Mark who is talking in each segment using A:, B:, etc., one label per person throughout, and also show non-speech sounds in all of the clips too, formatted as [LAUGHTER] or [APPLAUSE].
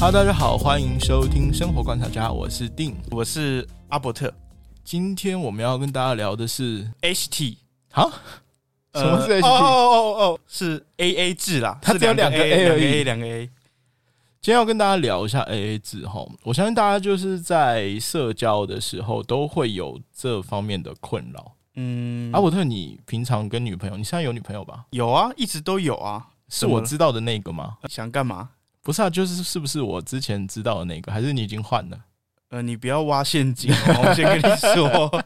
A: 大家好，欢迎收听《生活观察家》，我是定。
B: 我是阿伯特
A: 今天我们要跟大家聊的是，
B: ，HT
A: 啊，
B: 呃。
A: 什么是 HT？、
B: 哦哦哦哦，是 AA 制啦，
A: 它
B: 是
A: 只有
B: 两
A: 两个 A 而已
B: A，两个 A。
A: 今天要跟大家聊一下 AA 制哈，我相信大家就是在社交的时候都会有这方面的困扰。
B: 嗯，
A: 阿伯特，你平常跟女朋友，你现在有女朋友吧？
B: 有啊，一直都有啊。
A: 是
B: 怎么
A: 我
B: 了
A: 知道的那个吗？
B: 想干嘛？
A: 不是啊，就是是不是我之前知道的那个，还是你已经换了？
B: 呃，你不要挖陷阱哦，我先跟你说。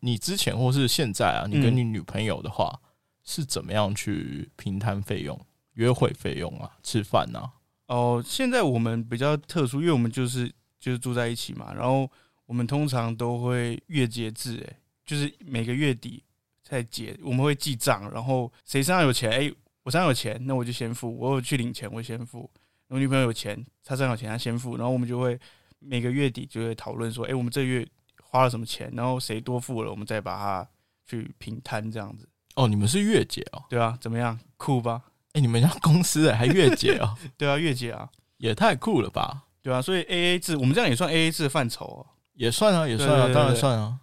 A: 你之前或是现在啊，你跟
B: 嗯
A: 你女朋友的话、是怎么样去平摊费用、约会费用啊、吃饭啊？
B: 哦，现在我们比较特殊，因为我们就是就是住在一起嘛，然后我们通常都会月结制，哎，就是每个月底再结，我们会记账，然后谁身上有钱，哎、我身上有钱，那我就先付，我有去领钱，我先付。我女朋友有钱，她身上有钱，她先付，然后我们就会每个月底就会讨论说，哎、我们这月花了什么钱，然后谁多付了，我们再把它去平摊，这样子，
A: 哦，你们是月结哦？
B: 对啊，怎么样，酷吧？
A: 哎、你们家公司、欸、还月结
B: [LAUGHS]
A: 哦，
B: 对啊，月结啊，
A: 也太酷了吧！
B: 对啊，所以 A A 制，我们这样也算 A A 制的范畴哦。
A: 也算啊，也算啊，
B: 对对对
A: 当然
B: 对
A: 算啊。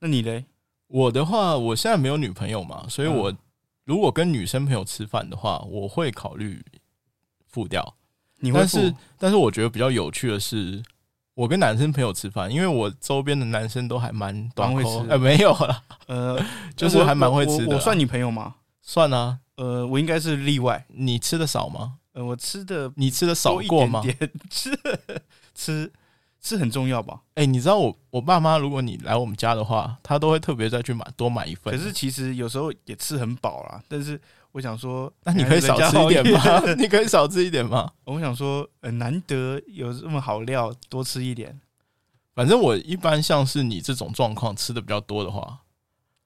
B: 那你嘞？
A: 我的话，我现在没有女朋友嘛，所以我、
B: 嗯
A: 如果跟女生朋友吃饭的话，我会考虑付掉。
B: 你会
A: 但
B: 付
A: 是，但是我觉得比较有趣的是，我跟男生朋友吃饭，因为我周边的男生都还蛮短
B: 蛮会
A: 口
B: 吃，的
A: 哎、没有啦，
B: [LAUGHS] 呃，
A: 就是
B: 我
A: 还蛮会吃的啊
B: 我我。
A: 啦
B: 我算你朋友吗？
A: 算啊，
B: 呃，我应该是例外。
A: 你吃的少吗？
B: 呃，我吃的
A: 你吃的少
B: 多一
A: 过吗？
B: 点点吃吃吃很重要吧？
A: 哎、你知道我我爸妈，如果你来我们家的话，他都会特别再去买多买一份。
B: 可是其实有时候也吃很饱啦。但是我想说，
A: 那
B: 哎
A: 你可以
B: 人家
A: 少吃一点
B: 好
A: 吗？
B: 意
A: [LAUGHS] 你可以少吃一点吗？
B: [LAUGHS] 我想说，呃，难得有这么好料，多吃一点。
A: 反正我一般像是你这种状况吃的比较多的话，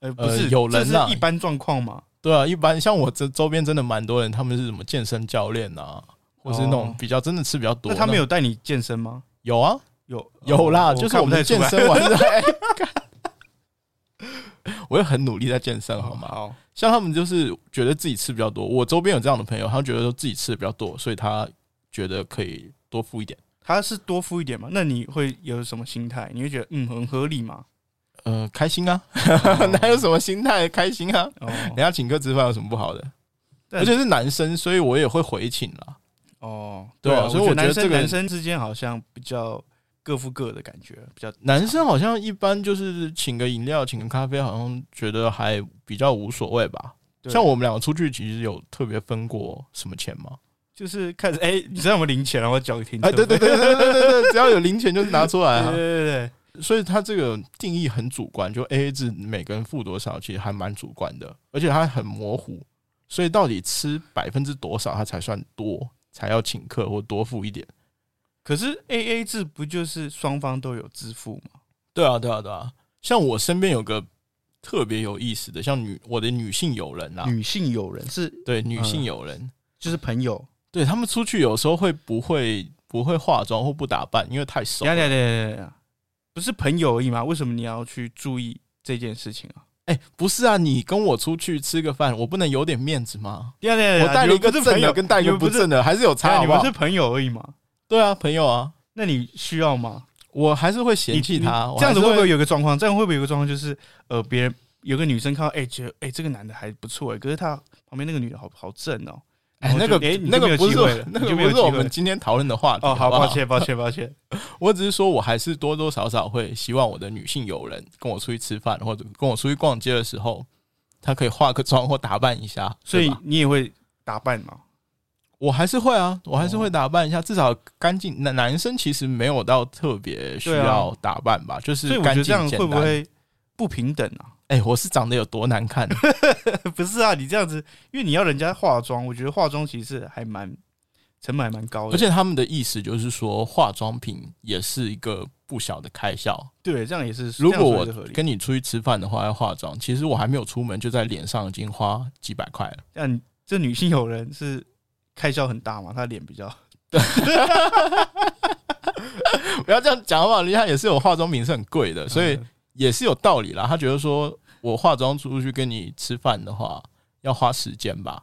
B: 呃，不是，
A: 有人
B: 这
A: 啊
B: 是一般状况嘛？
A: 对啊，一般像我这周边真的蛮多人，他们是什么健身教练啊，或是那种
B: 哦
A: 比较真的吃比较多
B: 那
A: 的。
B: 他们有带你健身吗？
A: 有啊
B: 有
A: 有啦，
B: 哦
A: 就是
B: 看
A: 我
B: 不
A: 们
B: 太
A: 的
B: 出
A: 健
B: 来
A: 身完
B: [LAUGHS]
A: 了。哎干 [LAUGHS] 我也很努力在健身，好
B: 好
A: 吗？
B: 好，
A: 像他们就是觉得自己吃比较多，我周边有这样的朋友，他觉得说自己吃的比较多，所以他觉得可以多付一点。
B: 他是多付一点嘛？那你会有什么心态？你会觉得嗯很合理吗？
A: 呃，开心 [LAUGHS] 啊，哪有什么心态开心啊？
B: 哦，
A: 人家请客吃饭有什么不好的？
B: 但
A: 而且是男生，所以我也会回请啦。
B: 哦，
A: 对啊
B: 啊，
A: 所以我觉
B: 我男
A: 得这
B: 生
A: 个
B: 男生之间好像比较各付各的感觉，比较
A: 男生好像一般就是请个饮料、请个咖啡，好像觉得还比较无所谓吧。
B: 对
A: 像我们两个出去，其实有特别分过什么钱吗？
B: 就是开始哎，你知道我们零钱了，我交给停车
A: 哎，
B: 费。
A: 对对对对对对对，只要有零钱就是拿出来啊。
B: 对对对对，
A: 所以它这个定义很主观，就 A A 制每个人付多少，其实还蛮主观的，而且它很模糊。所以到底吃百分之多少，它才算多，才要请客或多付一点？
B: 可是 A A 制不就是双方都有支付吗？
A: 对啊，对啊，对啊。像我身边有个特别有意思的，像女我的女性友人啦、
B: 女性友人是
A: 对女性
B: 嗯
A: 友人，
B: 就是朋友。
A: 对他们出去有时候会不会不会化妆或不打扮，因为太熟
B: 等一
A: 了。
B: 下等一下等一下等一下，不是朋友而已吗？为什么你要去注意这件事情啊？
A: 哎、不是啊，你跟我出去吃个饭，我不能有点面子吗？
B: 第二点，
A: 我带了一个
B: 啊你们不是
A: 正
B: 朋
A: 的
B: 友
A: 跟带一个不正的，还是有
B: 对
A: 差
B: 啊
A: 好
B: 你
A: 不
B: 们
A: 好
B: 是？朋友而已嘛？
A: 对啊，朋友啊，
B: 那你需要吗？
A: 我还是会嫌弃他。
B: 你
A: 我
B: 这样子
A: 还
B: 会
A: 是
B: 不会有一个状况？这样会不会有一个状况就是，呃，别人有个女生看到，哎、觉得哎、这个男的还不错哎、可是他旁边那个女的好好正哦、
A: 哎，那个
B: 哎、你
A: 那
B: 就
A: 个
B: 没有
A: 不是
B: 机
A: 我
B: 会了
A: 那
B: 你
A: 个
B: 就没
A: 不
B: 有
A: 是
B: 机会
A: 我
B: 了
A: 们今天讨论的话题。
B: 哦，好，
A: 不
B: 抱。歉，抱歉，抱
A: [LAUGHS]
B: 歉。
A: 我只是说我还是多多少少会希望我的女性友人跟我出去吃饭或者跟我出去逛街的时候，她可以化个妆或打扮一下。
B: 所
A: 对
B: 以
A: 吧
B: 你也会打扮嘛？
A: 我还是会啊，我还是会
B: 哦
A: 打扮一下，至少干净。男男生其实没有到特别需
B: 对啊
A: 要打扮吧，就
B: 所以
A: 是
B: 我
A: 干
B: 觉
A: 净
B: 得这样
A: 简
B: 会不
A: 单？
B: 会不平等啊？ [LAUGHS]
A: 哎、我是长得有多难看？
B: 不是啊，你这样子，因为你要人家化妆，我觉得化妆其实还蛮成本还蛮高的，
A: 而且他们的意思就是说，化妆品也是一个不小的开销。
B: 对这样也是。
A: 如果
B: 这样
A: 我
B: 说也是合理
A: 跟你出去吃饭的话，要化妆，其实我还没有出门就在脸上已经花几百块了。 [LAUGHS]
B: 这样，这女性友人是开销很大嘛？她脸比较
A: 不要这样讲好不好？人家也是有化妆品是很贵的，所以
B: 嗯
A: 也是有道理啦。他觉得说我化妆出去跟你吃饭的话，要花时间吧，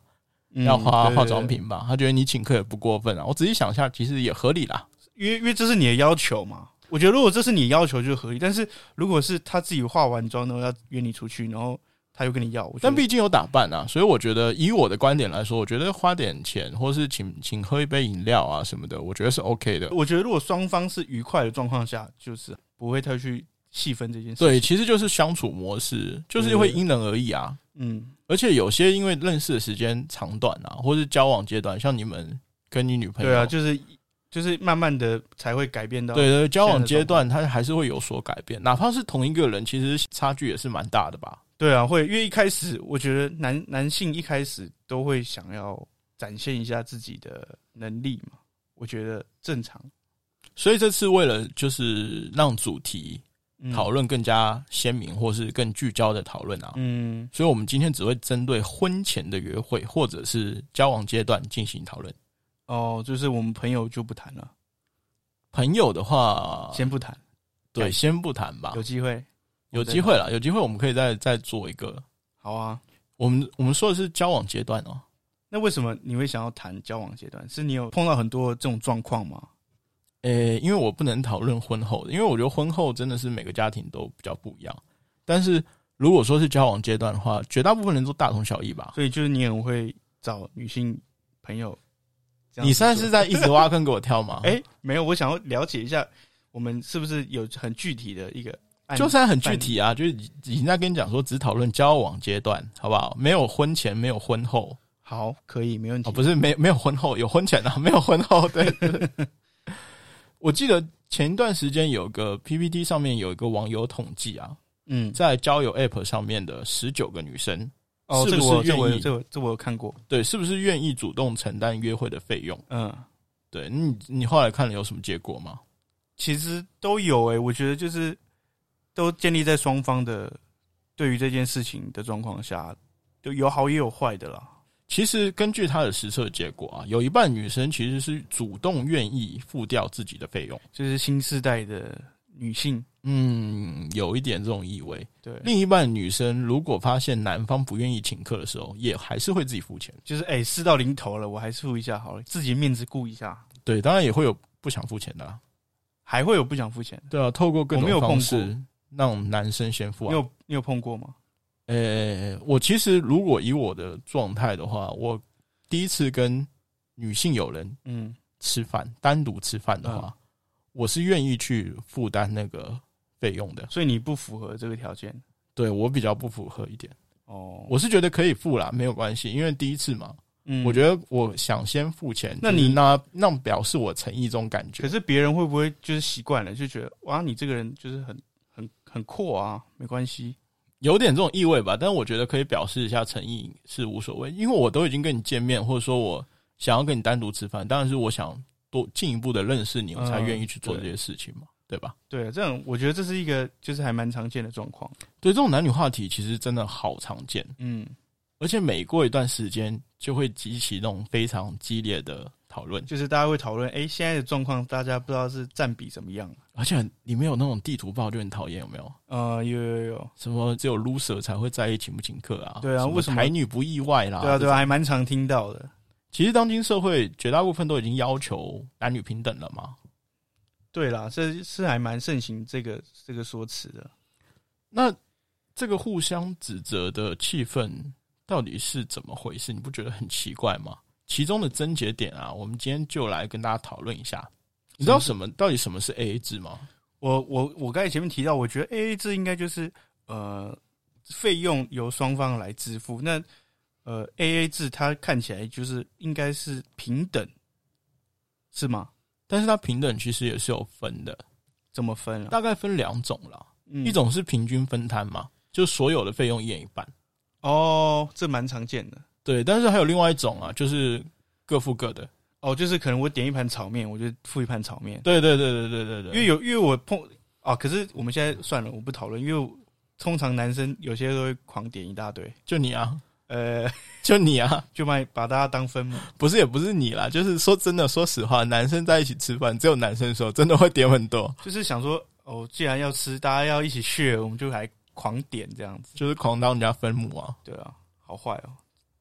B: 嗯
A: 要花
B: 对
A: 化
B: 对
A: 妆品吧？他觉得你请客也不过分啊。我仔细想一下，其实也合理啦。
B: 因为因为这是你的要求嘛。我觉得如果这是你要求就合理，但是如果是他自己化完妆然后要约你出去，然后他又跟你要，我觉得
A: 但毕竟有打扮啊，所以我觉得以我的观点来说，我觉得花点钱或是请请喝一杯饮料啊什么的，我觉得是 OK 的。
B: 我觉得如果双方是愉快的状况下，就是不会太去细分这件事情。
A: 对，，其实就是相处模式，就是会因人而异啊。
B: 嗯，
A: 而且有些因为认识的时间长短啊，或是交往阶段，像你们跟你女朋友，
B: 对啊，就是就是慢慢的才会改变到
A: 对对，交往阶段它还是会有所改变，哪怕是同一个人，其实差距也是蛮大的吧。
B: 对啊，会因为一开始我觉得男男性一开始都会想要展现一下自己的能力嘛，我觉得正常。
A: 所以这次为了就是让主题
B: 嗯
A: 讨，论更加鲜明，或是更聚焦的讨论啊，
B: 嗯，
A: 所以我们今天只会针对婚前的约会或者是交往阶段进行讨论。
B: 哦，就是我们朋友就不谈了，
A: 朋友的话，
B: 先不谈，
A: 对先不谈吧
B: 有，机会，
A: 啊有机会了，有机会我们可以再再做一个。
B: 好啊。
A: 我们我们说的是交往阶段哦、
B: 那为什么你会想要谈交往阶段？是你有碰到很多这种状况吗？
A: 呃、因为我不能讨论婚后的，因为我觉得婚后真的是每个家庭都比较不一样。但是如果说是交往阶段的话，绝大部分人都大同小异吧。
B: 所以就是你很会找女性朋友这样子做。
A: 你现在是在一直挖坑给我跳
B: [LAUGHS]
A: 吗？
B: 哎、没有，我想要了解一下，我们是不是有很具体的一个案例？
A: 就算很具体啊，就是已已经在跟你讲说，只讨论交往阶段，好不好？没有婚前，没有婚后，
B: 好，可以，没问题。
A: 哦，不是没没有婚后，有婚前啊，没有婚后。对， [LAUGHS] 我记得前一段时间有个 PPT 上面有一个网友统计啊，
B: 嗯，
A: 在交友 App 上面的十九个女生，
B: 哦，
A: 是
B: 这
A: 不
B: 个
A: 是
B: 我这个我
A: 愿意
B: 这个这个我有看过。
A: 对，是不是愿意主动承担约会的费用？
B: 嗯，
A: 对你，你后来看了有什么结果吗？
B: 其实都有诶、我觉得就是都建立在双方的对于这件事情的状况下，就有好也有坏的啦。
A: 其实根据他的实测结果啊，有一半女生其实是主动愿意付掉自己的费用。
B: 就是新时代的女性，
A: 嗯，有一点这种意味。
B: 对，
A: 另一半女生如果发现男方不愿意请客的时候，也还是会自己付钱。
B: 就是哎，事、到临头了，我还是付一下好了，自己面子顾一下。
A: 对，当然也会有不想付钱的、啊。
B: 还会有不想付钱的，
A: 对啊，透过各
B: 我没
A: 种
B: 有碰
A: 方
B: 过
A: 式让男生先付
B: 你
A: 啊。
B: 有你有碰过吗？
A: 呃、我其实如果以我的状态的话，我第一次跟女性友人
B: 嗯，
A: 吃饭，单独吃饭的话，我是愿意去负担那个费用的。
B: 所以你不符合这个条件
A: 对我比较不符合一点，
B: 哦。
A: 我是觉得可以付啦，没有关系，因为第一次嘛，
B: 嗯
A: 我觉得我想先付钱，
B: 那
A: 就是
B: 你
A: 那那表示我诚意这种感觉
B: 可。是别人会不会就是习惯了，就觉得哇，你这个人就是很很很阔啊，没关系。
A: 有点这种意味吧，但我觉得可以表示一下诚意是无所谓，因为我都已经跟你见面，或者说我想要跟你单独吃饭，当然是我想多进一步的认识你，我才
B: 嗯
A: 愿意去做这
B: 对
A: 些事情嘛，对吧？
B: 对，啊这种我觉得这是一个就是还蛮常见的状况。
A: 对，这种男女话题其实真的好常见，
B: 嗯，
A: 而且每过一段时间就会激起那种非常激烈的讨论，
B: 就是大家会讨论，哎、现在的状况大家不知道是占比怎么样。
A: 而且里面有那种地图炮就很讨厌，有没有？
B: 呃，有有有，
A: 什么只有 loser 才会在意请不请客啊？
B: 对啊为什么
A: 台女不意外啦？
B: 对啊
A: 这
B: 对啊，还蛮常听到的。
A: 其实当今社会绝大部分都已经要求男女平等了嘛。
B: 对啦，这是还蛮盛行这个这个说辞的。
A: 那这个互相指责的气氛到底是怎么回事？你不觉得很奇怪吗？其中的症结点啊，我们今天就来跟大家讨论一下。你知道什么？到底什么是 AA 制吗？
B: 我我我刚才前面提到，我觉得 A A 制应该就是呃费用由双方来支付。那呃 A A 制它看起来就是应该是平等，是吗？
A: 但是它平等其实也是有分的，
B: 怎么分啊？
A: 大概分两种啦。
B: 嗯
A: 一种是平均分摊嘛，就所有的费用一人一半。
B: 哦，这蛮常见的
A: 对，但是还有另外一种啊，就是各付各的。
B: 哦，就是可能我点一盘炒面，我就付一盘炒面，
A: 对对对对对对
B: 因
A: 对，
B: 为有因为我碰啊，可是我们现在算了，我不讨论，因为我通常男生有些都会狂点一大堆，
A: 就你啊，
B: 呃，
A: 就你啊，
B: 就把把大家当
A: [LAUGHS]
B: 分母。
A: 不是也不是你啦，就是说真的，说实话，男生在一起吃饭，只有男生的时候真的会点很多，
B: 就是想说，哦，既然要吃，大家要一起去，我们就来狂点这样子，
A: 就是狂当人家分母啊。
B: 对啊，好坏哦，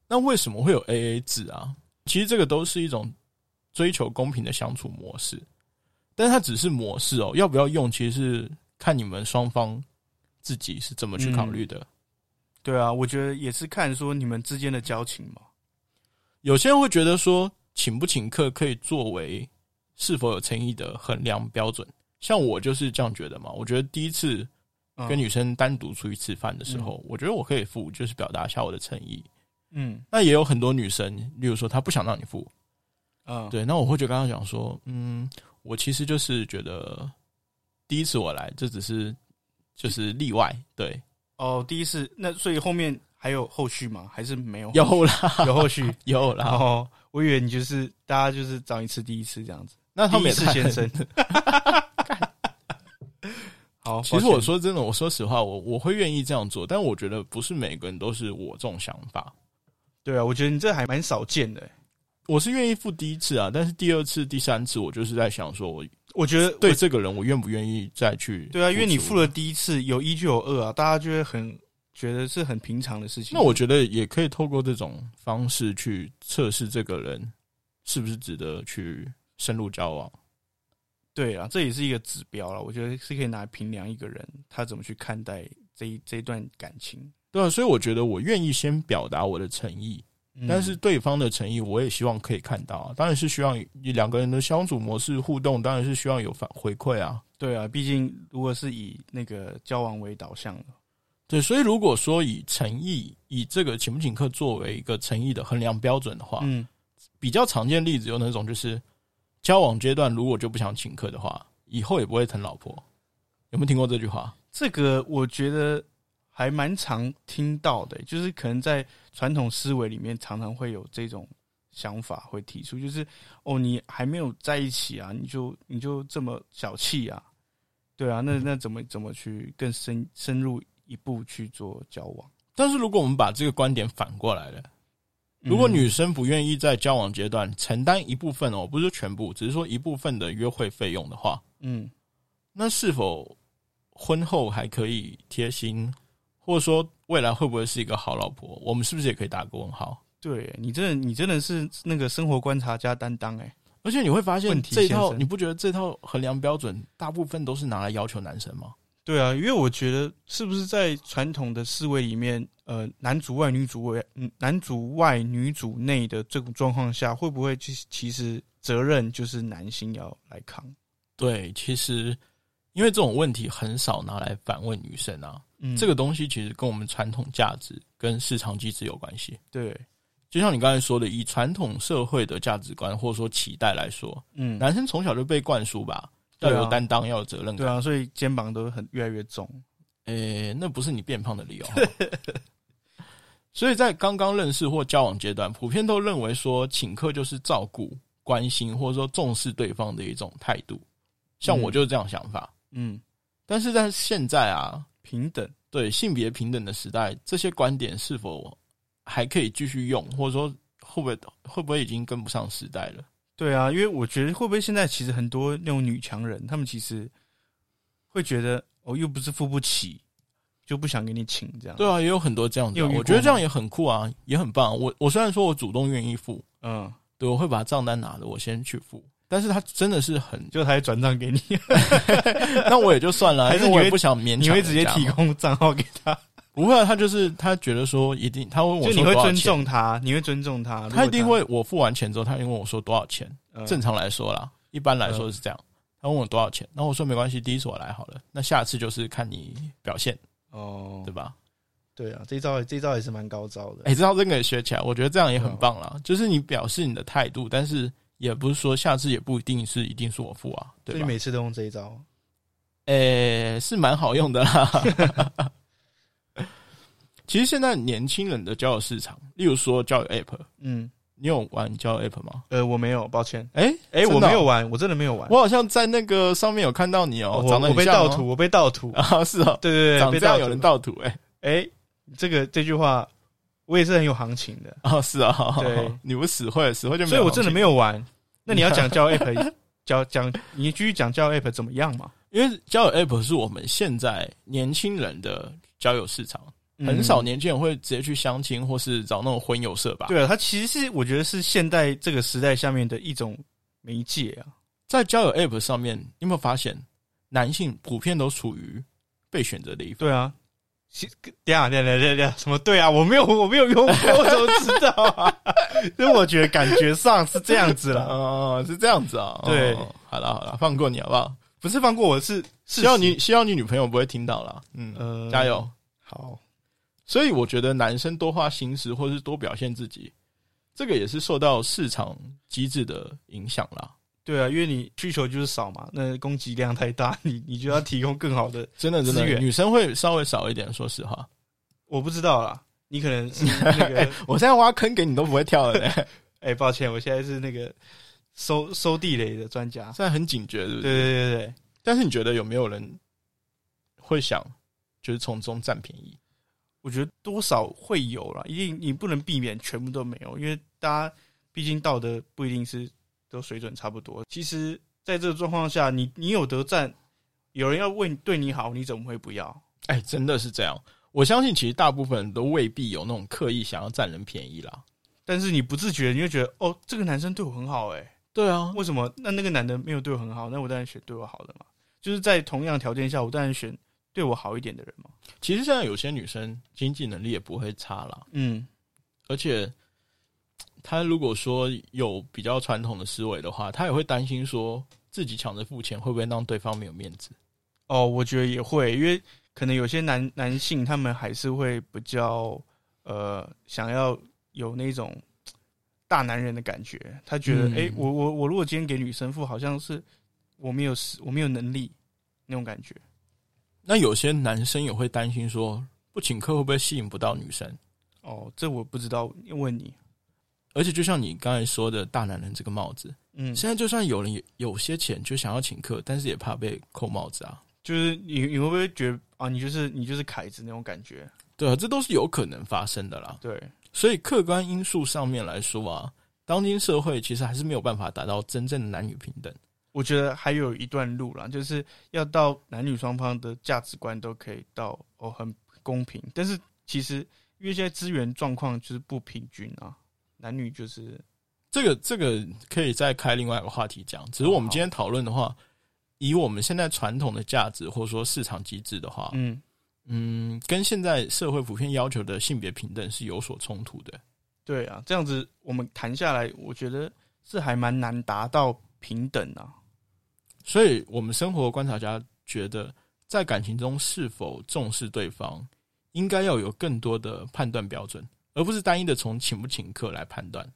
A: 那为什么会有 AA 制啊？其实这个都是一种追求公平的相处模式，但是它只是模式哦，要不要用其实是看你们双方自己是怎么去考虑
B: 嗯
A: 的。
B: 对啊，我觉得也是看说你们之间的交情嘛。
A: 有些人会觉得说，请不请客可以作为是否有诚意的衡量标准。像我就是这样觉得嘛。我觉得第一次
B: 嗯
A: 跟女生单独出去吃饭的时候，我觉得我可以付，就是表达一下我的诚意。
B: 嗯
A: 那也有很多女生，例如说她不想让你付，
B: 嗯，
A: 对，那我会就跟她讲说，嗯，我其实就是觉得第一次我来，这只是就是例外，对，
B: 哦，第一次那所以后面还有后续吗？还是没有？
A: 有啦，
B: 哦有后续。
A: [LAUGHS] 有啦。
B: 哦，我以为你就是大家就是找你吃第一次这样子，
A: 那他
B: 第
A: 们也
B: 一次
A: 太
B: 先生。
A: [LAUGHS]
B: [LAUGHS] 好，
A: 其实
B: 抱歉
A: 我说真的，我说实话，我我会愿意这样做，但我觉得不是每个人都是我这种想法。
B: 对啊，我觉得你这还蛮少见的欸。
A: 我是愿意付第一次啊，但是第二次、第三次，我就是在想说，我
B: 我觉得
A: 对
B: 我
A: 这个人，我愿不愿意再去？
B: 对啊，因为你付
A: 了，
B: 了第一次，有一就有二啊，大家就会很觉得是很平常的事情。
A: 那我觉得也可以透过这种方式去测试这个人是不是值得去深入交往。
B: 对啊，这也是一个指标了，我觉得是可以拿来评量一个人他怎么去看待这一这一段感情。
A: 对啊，所以我觉得我愿意先表达我的诚意，
B: 嗯
A: 但是对方的诚意，我也希望可以看到啊。当然是希望两个人的相处模式互动，当然是希望有反回馈啊。
B: 对啊，毕竟如果是以那个交往为导向的，
A: 对，所以如果说以诚意，以这个请不请客作为一个诚意的衡量标准的话，
B: 嗯，
A: 比较常见例子有那种就是交往阶段如果就不想请客的话，以后也不会疼老婆。有没有听过这句话？
B: 这个我觉得还蛮常听到的，欸就是可能在传统思维里面常常会有这种想法会提出，就是哦，你还没有在一起啊，你就你就这么小气啊？对啊，那
A: 嗯
B: 那怎么怎么去更深深入一步去做交往？
A: 但是如果我们把这个观点反过来了，如果
B: 嗯
A: 女生不愿意在交往阶段承担一部分哦，不是说全部，只是说一部分的约会费用的话，
B: 嗯
A: 那是否婚后还可以贴心，或者说未来会不会是一个好老婆？我们是不是也可以打个问号？
B: 对你真的，你真的是那个生活观察家担当哎、
A: 而且你会发现
B: 问题
A: 这一
B: 先
A: 套，
B: 生
A: 你不觉得这套衡量标准大部分都是拿来要求男生吗？
B: 对啊，因为我觉得是不是在传统的思维里面，呃，男主外女主外，嗯男主外女主内的这种状况下，会不会其实其实责任就是男性要来扛？
A: 对，其实因为这种问题很少拿来反问女生啊，
B: 嗯
A: 这个东西其实跟我们传统价值跟市场机制有关系。
B: 对，
A: 就像你刚才说的，以传统社会的价值观或者说期待来说，
B: 嗯，
A: 男生从小就被灌输吧，要
B: 对啊
A: 有担当，要有责任
B: 对
A: 感。
B: 啊，所以肩膀都很越来越重。
A: 诶、那不是你变胖的理由。 [LAUGHS] 所以在刚刚认识或交往阶段，普遍都认为说请客就是照顾、关心或者说重视对方的一种态度。像我
B: 嗯
A: 就是这样想法，
B: 嗯，
A: 但是在现在啊，
B: 平等。
A: 对性别平等的时代，这些观点是否还可以继续用，或者说会不会会不会已经跟不上时代了？
B: 对啊，因为我觉得会不会现在其实很多那种女强人，她们其实会觉得哦，又不是付不起，就不想给你请这样。
A: 对，啊，也有很多这样
B: 你
A: 的，
B: 有遇过
A: 我觉得
B: 吗
A: 这样也很酷啊，也很棒啊。我我虽然说我主动愿意付，
B: 嗯，
A: 对，我会把账单拿着，我先去付。但是他真的是很，
B: 就她会转账给你。
A: 那我也就算了啊，
B: [LAUGHS] 还是
A: 因为
B: 你
A: 我
B: 会
A: 也不想勉强。
B: 你会直接提？供账号给他，
A: 不会啊，他就是他觉得说一定，他会问我
B: 就
A: 说
B: 你会
A: 多少
B: 尊
A: 钱，
B: 重啊他，你会尊重他，呃
A: 他一定会我付完钱之后，他一定问我说多少钱。
B: 如果他
A: 正常来说啦，一般来
B: 嗯
A: 说是这样。他问我多少钱，然后我说没关系，第一次我来好了，那下次就是看你表现，
B: 嗯哦
A: 对，吧？
B: 对啊，这一招这一招也是蛮高招的，
A: 哎、这招真的也学起来，我觉得这样
B: 嗯
A: 也很棒啦。就是你表示你的态度，但是也不是说下次也不一定是一定是我付啊，
B: 所
A: 对
B: 以
A: 吧？
B: 每次都用这一招。
A: 呃、是蛮好用的啦。其实现在年轻人的交友市场，例如说交友 App，
B: 嗯，
A: 你有玩交友 App 吗？
B: 呃，我没有，抱歉，
A: 哎、
B: 哎，
A: 真的哦
B: 我没有玩，我真的没有玩，
A: 我好像在那个上面有看到你哦、
B: 我
A: 长得
B: 我
A: 很
B: 被
A: 像哦
B: 盗图，我被盗图，
A: 啊，是哦、
B: 对对对，
A: 长
B: 被
A: 这样
B: 盗
A: 有人
B: 图，
A: 盗图哎、
B: 哎，这个这句话我也是很有行情的，
A: 哦，是啊、
B: 对
A: 你不死会，死会就没有。
B: 所以我真的，没有玩。 [LAUGHS] 那你要
A: [LAUGHS]
B: 讲交友 app，讲讲你继续讲交友 app 怎么样嘛？
A: 因为交友 App 是我们现在年轻人的交友市场，很少
B: 嗯
A: 年轻人会直接去相亲或是找那种婚友社吧？，
B: 对啊，它其实是我觉得是现代这个时代下面的一种媒介啊。
A: 在交友 App 上面，你有没有发现男性普遍都处于被选择的一方？
B: 对啊，其等一下等一下等一下等一下，什么对啊？我没有 [LAUGHS] 我没有用过，我怎么知道啊？ [LAUGHS] 因为我觉得感觉上是这样子啦。
A: 哦，是这样子啊。
B: 对
A: 哦好了好了，放过你好不好？
B: 不是放过我是是
A: 希望你希望你女朋友不会听到啦。嗯，
B: [LAUGHS] 呃
A: 加油。
B: 好，
A: 所以我觉得男生多花心思，或是多表现自己，这个也是受到市场机制的影响啦。
B: 对啊，因为你需求就是少嘛，那供给量太大， [LAUGHS] 你你就要提供更好的。
A: 真的真的
B: 资，源
A: 女生会稍微少一点。说实话，
B: 我不知道啦，你可能是那 [LAUGHS] 个
A: [LAUGHS] 我现在挖坑给你都不会跳了、呢，
B: 哎、抱歉，我现在是那个收收地雷的专家。
A: [LAUGHS] 现在很警觉，对不
B: 对
A: 对？
B: 对对对，
A: 但是你觉得有没有人会想，就是从中占便宜？
B: 我觉得多少会有啦，一定你不能避免全部都没有，因为大家毕竟道德不一定是都水准差不多。其实，在这个状况下，你你有得占，有人要为对你好，你怎么会不要？
A: 哎、真的是这样。我相信，其实大部分人都未必有那种刻意想要占人便宜啦。
B: 但是你不自觉，你就觉得哦，这个男生对我很好、欸，
A: 对啊，
B: 为什么？那那个男的没有对我很好，那我当然选对我好的嘛。就是在同样条件下，我当然选对我好一点的人嘛。
A: 其实现在有些女生经济能力也不会差啦，
B: 嗯，
A: 而且她如果说有比较传统的思维的话，她也会担心说自己抢着付钱会不会让对方没有面子。
B: 哦，我觉得也会，因为可能有些男男性他们还是会比较呃想要有那种嘖大男人的感觉，他觉得哎、
A: 嗯
B: 诶我我我如果今天给女生付，好像是我没有实我没有能力那种感觉。
A: 那有些男生也会担心说不请客会不会吸引不到女生？
B: 哦，这我不知道，问你，
A: 而且就像你刚才说的大男人这个帽子，
B: 嗯，
A: 现在就算有人有有些钱就想要请客，但是也怕被扣帽子啊。
B: 就是你你会不会觉得啊，你就是你就是凯子那种感觉？
A: 对啊，这都是有可能发生的啦。
B: 对，
A: 所以客观因素上面来说啊，当今社会其实还是没有办法达到真正的男女平等。
B: 我觉得还有一段路啦，就是要到男女双方的价值观都可以到哦很公平，但是其实因为现在资源状况就是不平均啊，男女就是
A: 这个这个可以再开另外一个话题讲。只是我们今天讨论的话，以我们现在传统的价值或者说市场机制的话，
B: 嗯，
A: 嗯，跟现在社会普遍要求的性别平等是有所冲突的。
B: 对啊，这样子我们谈下来，我觉得是还蛮难达到平等啊，
A: 所以，我们生活观察家觉得，在感情中是否重视对方，应该要有更多的判断标准，而不是单一的从请不请客来判断。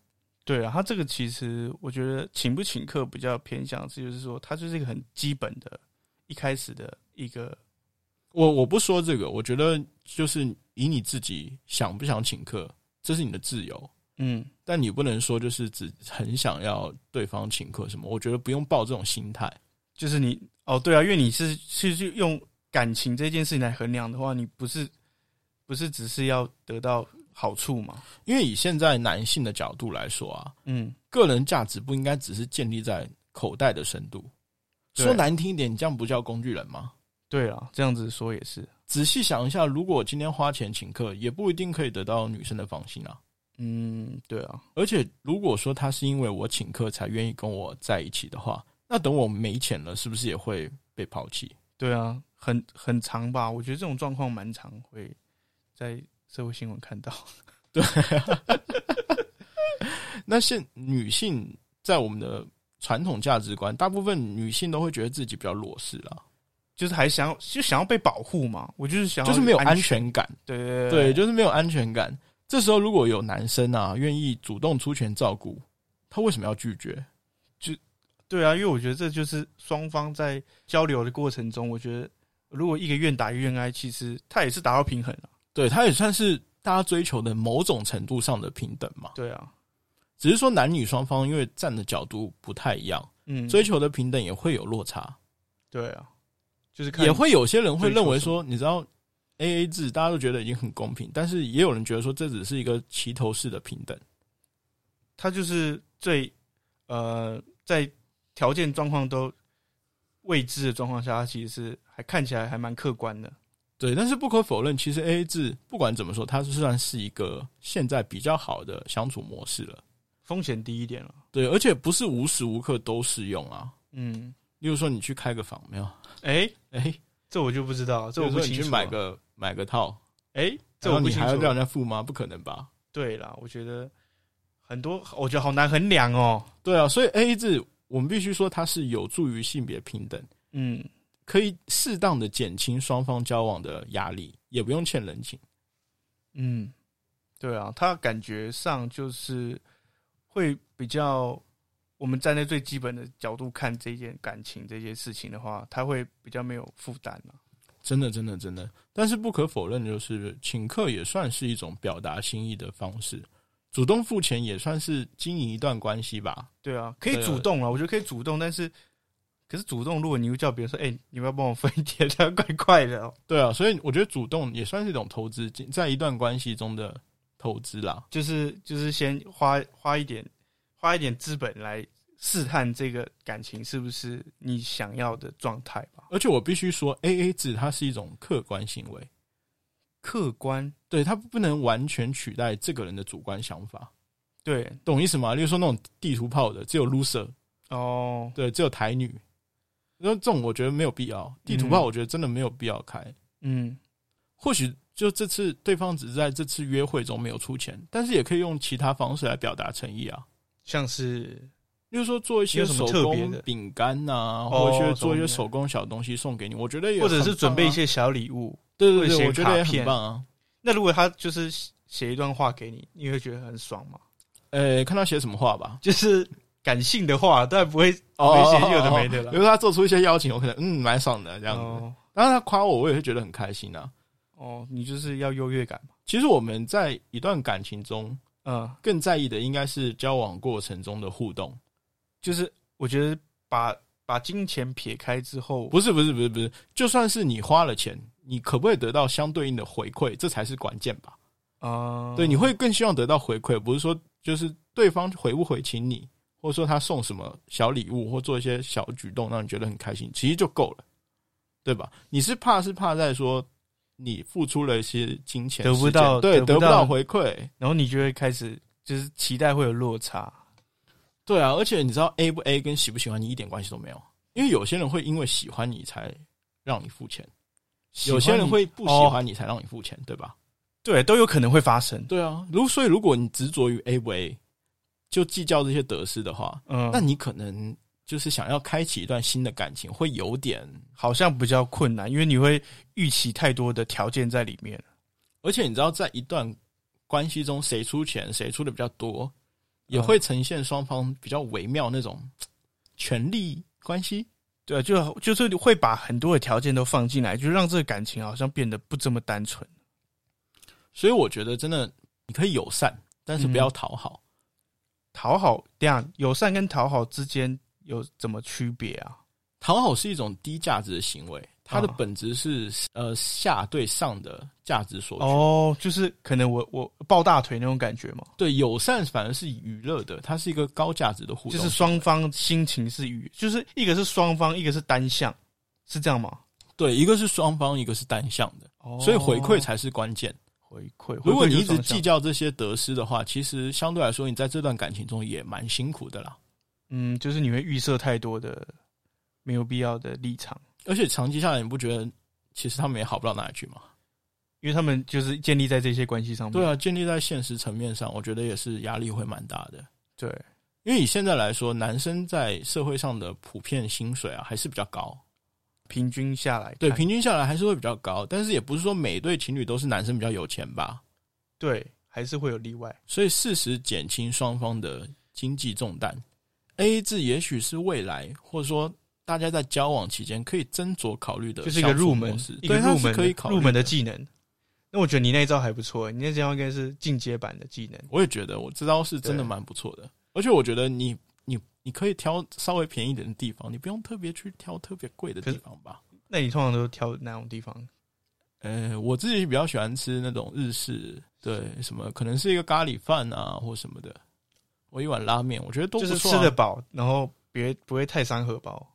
B: 对啊，他这个其实我觉得请不请客比较偏向是，就是说他就是一个很基本的，一开始的一个
A: 我我不说这个，我觉得就是以你自己想不想请客，这是你的自由，
B: 嗯
A: 但你不能说就是只很想要对方请客什么。我觉得不用抱这种心态。
B: 就是你哦，对啊，因为你是是去用感情这件事情来衡量的话，你不是不是只是要得到好处嘛？
A: 因为以现在男性的角度来说啊，
B: 嗯，
A: 个人价值不应该只是建立在口袋的深度。
B: 对
A: 说难听一点，你这样不叫工具人吗？
B: 对啊，这样子说也是，
A: 仔细想一下，如果我今天花钱请客，也不一定可以得到女生的芳心啊。
B: 嗯，对啊，
A: 而且，如果说她是因为我请客才愿意跟我在一起的话，那等我没钱了，是不是也会被抛弃？
B: 对啊，很很长吧？我觉得这种状况蛮常会在社会新闻看到。 [LAUGHS]
A: 那现女性在我们的传统价值观，大部分女性都会觉得自己比较弱势啦，
B: 就是还想要就想要被保护嘛，我就是想要
A: 就是没有安
B: 安，
A: 全感。
B: 对对
A: 对，
B: 对，
A: 就是没有安全感。这时候如果有男生啊愿意主动出钱照顾，他为什么要拒绝？
B: 对啊，因为我觉得这就是双方在交流的过程中，我觉得如果一个愿打一个愿挨，其实他也是达到平衡了、啊
A: 对他也算是大家追求的某种程度上的平等嘛。
B: 对啊，
A: 只是说男女双方因为站的角度不太一样，
B: 嗯，
A: 追求的平等也会有落差，
B: 对啊，就是看
A: 也会有些人会认为
B: 追求什
A: 说，你知道 A A 制，大家都觉得已经很公平，但是也有人觉得说这只是一个齐头式的平等。
B: 他就是最呃，在条件状况都未知的状况下，他其实是还看起来还蛮客观的。
A: 对，但是不可否认，其实 A A 制不管怎么说，它是算是一个现在比较好的相处模式了。
B: 风险低一点了。
A: 对，而且不是无时无刻都适用啊。
B: 嗯，
A: 例如说，你去开个房没有？
B: 哎、
A: 哎、
B: 这我就不知道，这我
A: 比
B: 不
A: 如说你
B: 清
A: 去
B: 楚。
A: 买，个买个套，
B: 哎、这
A: 然后
B: 我不
A: 你
B: 清
A: 还要让
B: 楚。
A: 人家付吗？不可能吧？
B: 对啦，我觉得很多，我觉得好难衡量哦。
A: 对啊，所以 A A 制我们必须说它是有助于性别平等，
B: 嗯，
A: 可以适当的减轻双方交往的压力，也不用欠人情。
B: 嗯，对啊，他感觉上就是会比较，我们站在最基本的角度看这件感情这件事情的话，他会比较没有负担啊嘛。
A: 真的，真的，真的。但是不可否认，就是请客也算是一种表达心意的方式，主动付钱也算是经营一段关系吧。
B: 对啊，可以
A: 对啊
B: 主动了，我觉得可以主动，但是可是主动，如果你又叫别人说，哎、你要不要帮我分一点，这样怪怪的、哦。 [LAUGHS]
A: 对啊，所以我觉得主动也算是一种投资，在一段关系中的投资啦。
B: 就是就是先花花一点花一点资本来试探这个感情是不是你想要的状态吧。
A: 而且我必须说，A A 制它是一种客观行为，
B: 客观，
A: 对它不能完全取代这个人的主观想法，
B: 对
A: 懂意思吗？例如说那种地图炮的，只有 loser，
B: 哦，
A: 对，只有台女，那这种我觉得没有必要。地图炮我觉得真的没有必要开。
B: 嗯，
A: 或许就这次对方只是在这次约会中没有出钱，但是也可以用其他方式来表达诚意啊，
B: 像是
A: 例如说做一些
B: 有什
A: 手
B: 么特别
A: 工
B: 的
A: 饼干呐，
B: 哦
A: 或者是做一
B: 懂
A: 些
B: 了
A: 手工小东西送给你，我觉得也、啊
B: 或者是准备一，些小礼物。
A: 对
B: 或
A: 对
B: 者
A: 对，
B: 写
A: 我觉得也
B: 卡
A: 很
B: 片
A: 棒啊。
B: 那如果他就是写一段话给你，你会觉得很爽吗？
A: 呃，看他写什么话吧，
B: 就是感性的话，但不会
A: 哦
B: 没写有的没的啦
A: 比如他做出一些邀请，我可能嗯蛮爽的这样子。
B: 哦
A: 然后他夸我，我也会觉得很开心啊。
B: 哦，你就是要优越感嘛。
A: 其实我们在一段感情中
B: 嗯，
A: 更在意的，应该是交往过程中的互动。
B: 就是我觉得把把金钱撇开之后，
A: 不是不是不是不是，就算是你花了钱，你可不可以得到相对应的回馈，这才是关键吧？
B: 啊，
A: 对，你会更希望得到回馈，不是说就是对方回不回请你，或者说他送什么小礼物，或做一些小举动让你觉得很开心，其实就够了，对吧？你是怕是怕在说你付出了一些金钱，
B: 得不
A: 时间
B: 到
A: 对，
B: 得不
A: 得不
B: 到
A: 到回馈，
B: 然后你就会开始就是期待会有落差。
A: 对啊，而且你知道 A 不 A 跟喜不喜欢你一点关系都没有，因为有些人会因为喜欢你才让你付钱，有些人会不喜
B: 哦
A: 欢你才让你付钱，对吧？
B: 对都有可能会发生。
A: 对啊，如所以如果你执着于 A 不 A，就计较这些得失的话，
B: 嗯，
A: 那你可能就是想要开启一段新的感情，会有点。
B: 好像比较困难，因为你会预期太多的条件在里面。
A: 而且你知道，在一段关系中，谁出钱，谁出的比较多，也
B: 嗯
A: 会呈现双方比较微妙那种嘖权力关系。
B: 对，就就是会把很多的条件都放进来，就让这个感情好像变得不这么单纯。
A: 所以我觉得，真的你可以友善，但是不要
B: 嗯
A: 讨好。
B: 讨好这样，友善跟讨好之间有怎么区别啊？
A: 讨好是一种低价值的行为，它的
B: 啊
A: 本质是、呃下对上的价值索取。
B: 哦，就是可能我我抱大腿那种感觉嘛，
A: 对，友善反而是娱乐的，它是一个高价值的互动。
B: 就是双方心情是与，就是一个是双方，一个是单向，是这样吗？
A: 对，一个是双方，一个是单向的，
B: 哦
A: 所以回馈才是关键。
B: 回馈。
A: 如果
B: 回馈
A: 你一
B: 就是
A: 直
B: 双向
A: 计，较这些得失的话，其实相对来说，你在这段感情中也蛮辛苦的啦。
B: 嗯，就是你会预设太多的没有必要的立场，
A: 而且长期下来，你不觉得其实他们也好不到哪里去吗？
B: 因为他们就是建立在这些关系上面。
A: 对啊，建立在现实层面上，我觉得也是压力会蛮大的。
B: 对，
A: 因为以现在来说，男生在社会上的普遍薪水啊还是比较高，
B: 平均下来看，
A: 对，平均下来还是会比较高，但是也不是说每对情侣都是男生比较有钱吧，
B: 对还是会有例外。
A: 所以适时减轻双方的经济重担。A A 制也许是未来，或者说大家在交往期间可以斟酌考虑的
B: 就是一个
A: 相处
B: 入门
A: 模式，，
B: 一个
A: 对，它
B: 入
A: 是
B: 门
A: 可以考虑
B: 入门的。技能。那我觉得你那一招还不错，你那招应该是进阶版的技能。
A: 我也觉得，我这招是真的
B: 对
A: 蛮不错的，而且我觉得你你你可以挑稍微便宜一点的地方，你不用特别去挑特别贵的地方吧。
B: 那你通常都挑哪种地方？
A: 呃，我自己比较喜欢吃那种日式，对，什么可能是一个咖喱饭啊，或什么的，我一碗拉面，我觉得都
B: 就
A: 不
B: 是
A: 错、
B: 吃
A: 啊。
B: 得饱，然后别不会太伤荷包。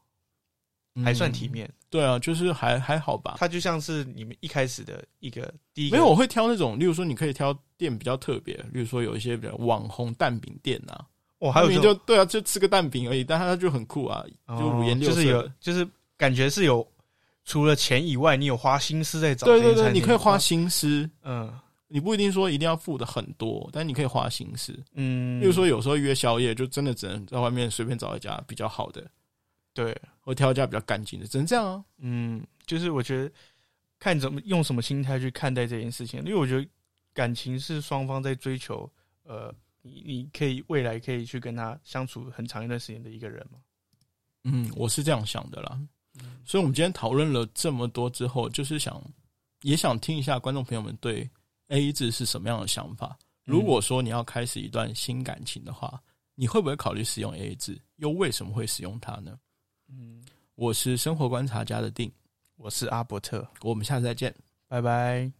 B: 还算体面。
A: 嗯对啊，就是还还好吧。
B: 它就像是你们一开始的一个第一
A: 啊
B: 个，
A: 没有，我会挑那种，例如说你可以挑店比较特别，例如说有一些比较网红蛋饼店呐、啊，
B: 哇，还有
A: 明
B: 这
A: 明
B: 种
A: 就对啊，就吃个蛋饼而已，但它就很酷啊，就五颜六
B: 哦
A: 色
B: 就是有就是感觉是有除了钱以外，你有花心思在找这
A: 对
B: 些餐
A: 对
B: 厅。啊
A: 对，你可以花心思，
B: 嗯
A: 你不一定说一定要付的很多，但你可以花心思。
B: 嗯，
A: 例如说，有时候约宵夜，就真的只能在外面随便找一家比较好的，
B: 对，
A: 或挑一家比较干净的，只能这样啊。
B: 嗯，就是我觉得看怎么用什么心态去看待这件事情，因为我觉得感情是双方在追求，呃，你你可以未来可以去跟他相处很长一段时间的一个人嘛。
A: 嗯，我是这样想的啦。
B: 嗯
A: 所以，我们今天讨论了这么多之后，就是想也想听一下观众朋友们对 A 制是什么样的想法。
B: 嗯
A: 如果说你要开始一段新感情的话，你会不会考虑使用 A 制？又为什么会使用它呢？
B: 嗯，
A: 我是生活观察家的定，
B: 我是阿伯特，
A: 我们下次再见。
B: 拜拜。